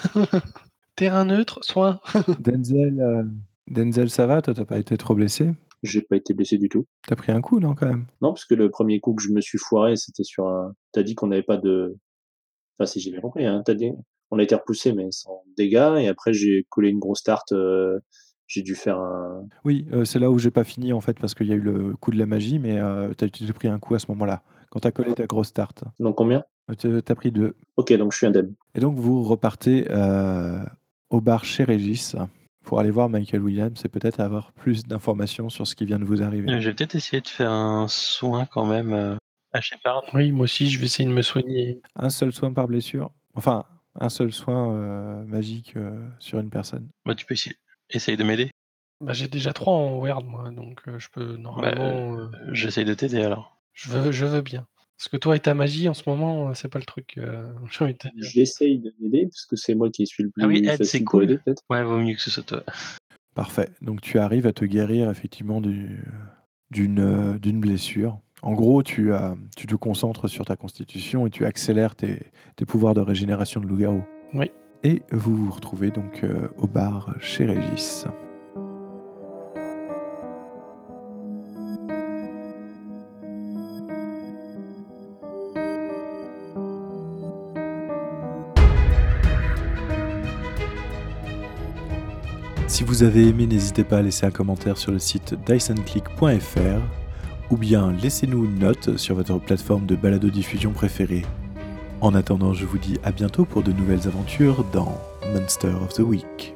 C: Terrain neutre, soin.
A: Denzel, euh, Denzel, ça va Toi, t'as pas été trop blessé
B: J'ai pas été blessé du tout.
A: T'as pris un coup, non, quand même
B: Non, parce que le premier coup que je me suis foiré, c'était sur un. T'as dit qu'on n'avait pas de. Enfin, si j'ai bien compris, hein. T'as dit. On a été repoussé, mais sans dégâts. Et après, j'ai collé une grosse tarte. euh, J'ai dû faire un.
A: Oui, euh, c'est là où j'ai pas fini, en fait, parce qu'il y a eu le coup de la magie, mais euh, t'as tu t'es pris un coup à ce moment-là, quand t'as collé ta grosse tarte.
B: Donc combien
A: Euh, t'as- T'as pris deux.
B: Ok, donc je suis indemne.
A: Et donc, vous repartez euh, au bar chez Régis pour aller voir Michael Williams et peut-être avoir plus d'informations sur ce qui vient de vous arriver.
D: Euh, J'ai peut-être essayé de faire un soin quand même euh, à Shepard.
C: Oui, moi aussi, je vais essayer de me soigner.
A: Un seul soin par blessure. Enfin, un seul soin euh, magique euh, sur une personne.
D: Bah, tu peux essayer, essayer de m'aider.
C: Bah, j'ai déjà trois en Word, moi, donc euh, je peux normalement. euh,
D: J'essaye de t'aider alors.
C: je, veux, je veux bien. Parce que toi et ta magie, en ce moment, euh, c'est pas le truc. euh, (laughs) j'ai envie de te dire.
B: J'essaye de l'aider, parce que c'est moi qui suis le plus
D: Ah oui, aide, c'est
B: facile pour
D: cool.
B: aider, peut-être.
D: Ouais, vaut mieux que ce soit toi.
A: Parfait. Donc, tu arrives à te guérir effectivement du- d'une euh, d'une blessure. En gros, tu, as- tu te concentres sur ta constitution et tu accélères tes, tes pouvoirs de régénération de loup-garou.
C: Oui.
A: Et vous vous retrouvez donc euh, au bar chez Régis. Si vous avez aimé, n'hésitez pas à laisser un commentaire sur le site dysonclick.fr ou bien laissez-nous une note sur votre plateforme de balado-diffusion préférée. En attendant, je vous dis à bientôt pour de nouvelles aventures dans Monster of the Week.